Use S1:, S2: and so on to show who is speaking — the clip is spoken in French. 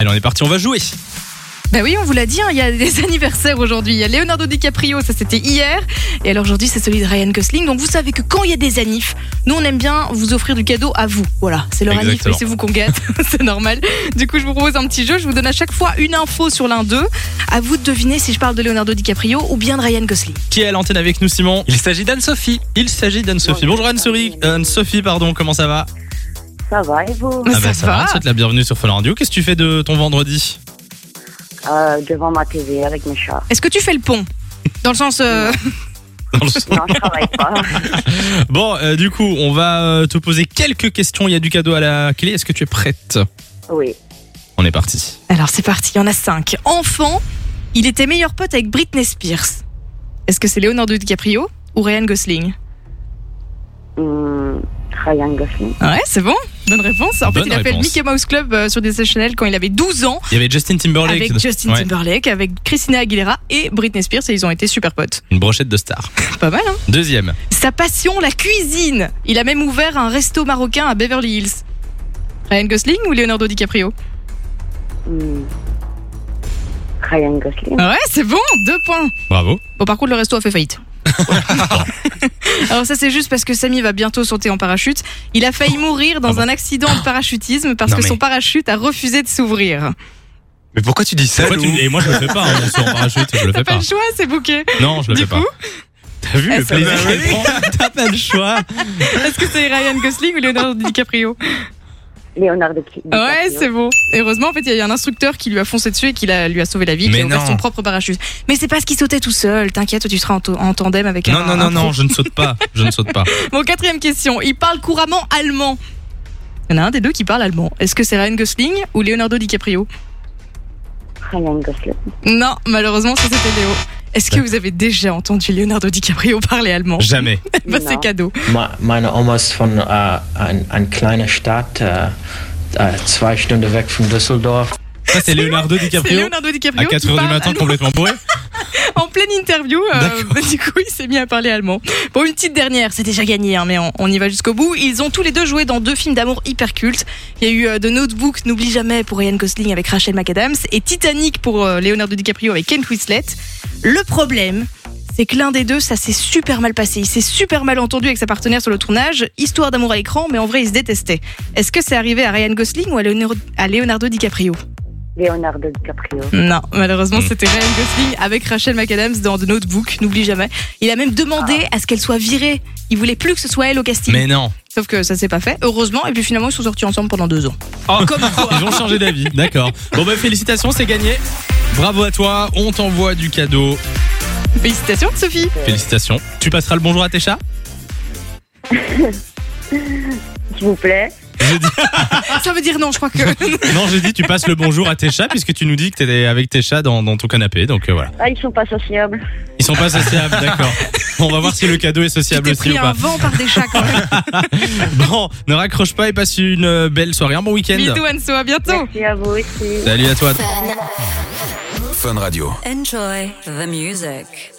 S1: Allez, on est parti, on va jouer.
S2: Bah oui, on vous l'a dit, hein, il y a des anniversaires aujourd'hui. Il y a Leonardo DiCaprio, ça c'était hier. Et alors aujourd'hui, c'est celui de Ryan Gosling. Donc vous savez que quand il y a des anifs, nous on aime bien vous offrir du cadeau à vous. Voilà, c'est leur anif,
S1: Exactement.
S2: mais c'est vous qu'on gâte. c'est normal. Du coup, je vous propose un petit jeu. Je vous donne à chaque fois une info sur l'un d'eux. À vous de deviner si je parle de Leonardo DiCaprio ou bien de Ryan Gosling.
S1: Qui est à l'antenne avec nous, Simon Il s'agit d'Anne-Sophie. Il s'agit d'Anne-Sophie.
S2: Oh,
S1: Bonjour Anne-Sophie, Anne-Sophie, pardon, comment ça va
S3: Ça va et vous
S2: Mais
S1: Ah bah
S2: ça va.
S1: on te souhaite la bienvenue sur Fun Radio. Qu'est-ce que tu fais de ton vendredi
S3: Euh, Devant ma TV avec mes chats.
S2: Est-ce que tu fais le pont Dans le sens. euh,
S1: Dans le-
S3: Non, je travaille pas.
S1: Bon, euh, du coup, on va euh, te poser quelques questions. Il y a du cadeau à la clé. Est-ce que tu es prête
S3: Oui.
S1: On est parti.
S2: Alors c'est parti, il y en a cinq. Enfant, il était meilleur pote avec Britney Spears. Est-ce que c'est Leonardo DiCaprio ou Ryan Gosling
S3: Hum, Ryan Gosling.
S2: Ouais, c'est bon. Bonne réponse. En
S1: Bonne
S2: fait, il appelle
S1: réponse.
S2: Mickey Mouse Club euh, sur Disney Channel quand il avait 12 ans
S1: Il y avait Justin Timberlake.
S2: avec Justin
S1: Ouais,
S2: Timberlake, avec Christina Aguilera et Britney Spears et ils ont été super potes.
S1: Une brochette de stars.
S2: Pas mal, hein
S1: Deuxième.
S2: Sa passion, la cuisine. Il a même ouvert un resto marocain à Beverly Hills. Ryan Gosling ou Leonardo DiCaprio
S3: Hum, Ryan Gosling.
S2: Ouais, c'est bon, deux points.
S1: Bravo.
S2: Bon, par contre, le resto a fait faillite. Alors ça c'est juste parce que Samy va bientôt sauter en parachute. Il a failli mourir dans
S1: Ah bon.
S2: un accident de parachutisme parce
S1: Non,
S2: que
S1: mais-
S2: son parachute a refusé de s'ouvrir.
S4: Mais pourquoi tu dis ça
S1: Pourquoi tu-
S4: Lou
S1: Et moi, je le fais pas. hein, mon saut en parachute, je le
S2: T'as
S1: fais
S2: pas
S1: pas.
S2: le choix, c'est bouquet.
S1: Non, je le
S2: Du
S1: fais pas.
S2: coup,
S1: T'as vu
S2: eh,
S1: le
S2: ça
S1: plaisir
S4: va.
S1: qu'elle prend T'as pas le choix.
S2: Est-ce que c'est Ryan Gosling ou Leonardo DiCaprio
S3: Leonardo Ki- DiCaprio.
S2: Ouais, c'est bon. Heureusement, en fait, il y a eu un instructeur qui lui a foncé dessus et qui l'a- lui a sauvé la vie, qui
S1: Mais
S2: a ouvert
S1: non.
S2: son propre parachute. Mais c'est parce qu'il sautait tout seul. T'inquiète, tu seras en, to- en tandem avec
S1: Non,
S2: un.
S1: non,
S2: un
S1: non, non,
S2: pro.
S1: je ne saute pas. Je ne saute pas.
S2: Bon, quatrième question. Il parle couramment allemand. Il y en a un des deux qui parle allemand. Est-ce que c'est Ryan Gosling ou Leonardo DiCaprio
S3: Ryan Gosling.
S2: Non, malheureusement, ça c'était Léo. Est-ce
S1: Ah.
S2: que vous avez déjà entendu Leonardo DiCaprio parler allemand
S1: Jamais.
S2: Bah, C'est
S3: Non.
S2: cadeau.
S5: Me- Meine Oma ist von äh, ein, ein kleiner Stadt, äh, äh, zwei Stunden weg von Düsseldorf.
S1: Ça, c'est Leonardo
S2: C'est
S1: DiCaprio.
S2: Leonardo
S1: À
S2: DiCaprio. qui
S1: 4h du
S2: parle
S1: matin,
S2: allemand.
S1: complètement bourré.
S2: en pleine interview, euh,
S1: D'accord.
S2: bah, du coup, il s'est mis à parler allemand. Bon, une petite dernière, c'est déjà gagné, hein, mais on, on y va jusqu'au bout. Ils ont tous les deux joué dans deux films d'amour hyper cultes. Il y a eu euh, The Notebook, N'oublie jamais pour Ryan Gosling avec Rachel McAdams et Titanic pour euh, Leonardo DiCaprio avec Kate Winslet. Le problème. C'est que l'un des deux, ça s'est super mal passé. Il s'est super mal entendu avec sa partenaire sur le tournage. Histoire d'amour à l'écran, mais en vrai, ils se détestaient. Est-ce que c'est arrivé à Ryan Gosling ou à Leonardo, à Leonardo DiCaprio
S3: Leonardo DiCaprio.
S2: non, malheureusement,
S1: Mm.
S2: c'était Ryan Gosling avec Rachel McAdams dans The Notebook, n'oublie jamais. Il a même demandé à ce qu'elle soit virée. Il voulait plus que ce soit elle au casting.
S1: Ah. Mais non.
S2: Sauf que ça s'est pas fait, heureusement. Et puis finalement, ils sont sortis ensemble pendant deux ans.
S1: Ah.
S2: Comme quoi.
S1: Ils ont changé d'avis, d'accord. Bon bah félicitations, c'est gagné. Bravo à toi, on t'envoie du cadeau.
S2: Félicitations, Sophie.
S1: Félicitations. Tu passeras le bonjour à tes chats
S3: S'il vous plaît.
S1: J'ai dit- Ah.
S2: Ça veut dire non, je crois que.
S1: Non, j'ai dit tu passes le bonjour à tes chats puisque tu nous dis que t'es avec tes chats dans, dans ton canapé, donc euh, voilà.
S3: Ah, ils sont pas sociables.
S1: Ils sont pas sociables, d'accord. Bon, on va voir si le cadeau est
S2: Tu
S1: sociable
S2: t'es
S1: aussi ou
S2: pris un
S1: pas.
S2: vent par des chats quand même.
S1: Bon, ne raccroche pas et passe une euh, belle soirée, un bon week-end.
S2: Bisous, Anso, à bientôt.
S3: Merci à vous aussi.
S1: Salut à toi.
S4: Fun Radio.
S6: Enjoy the music.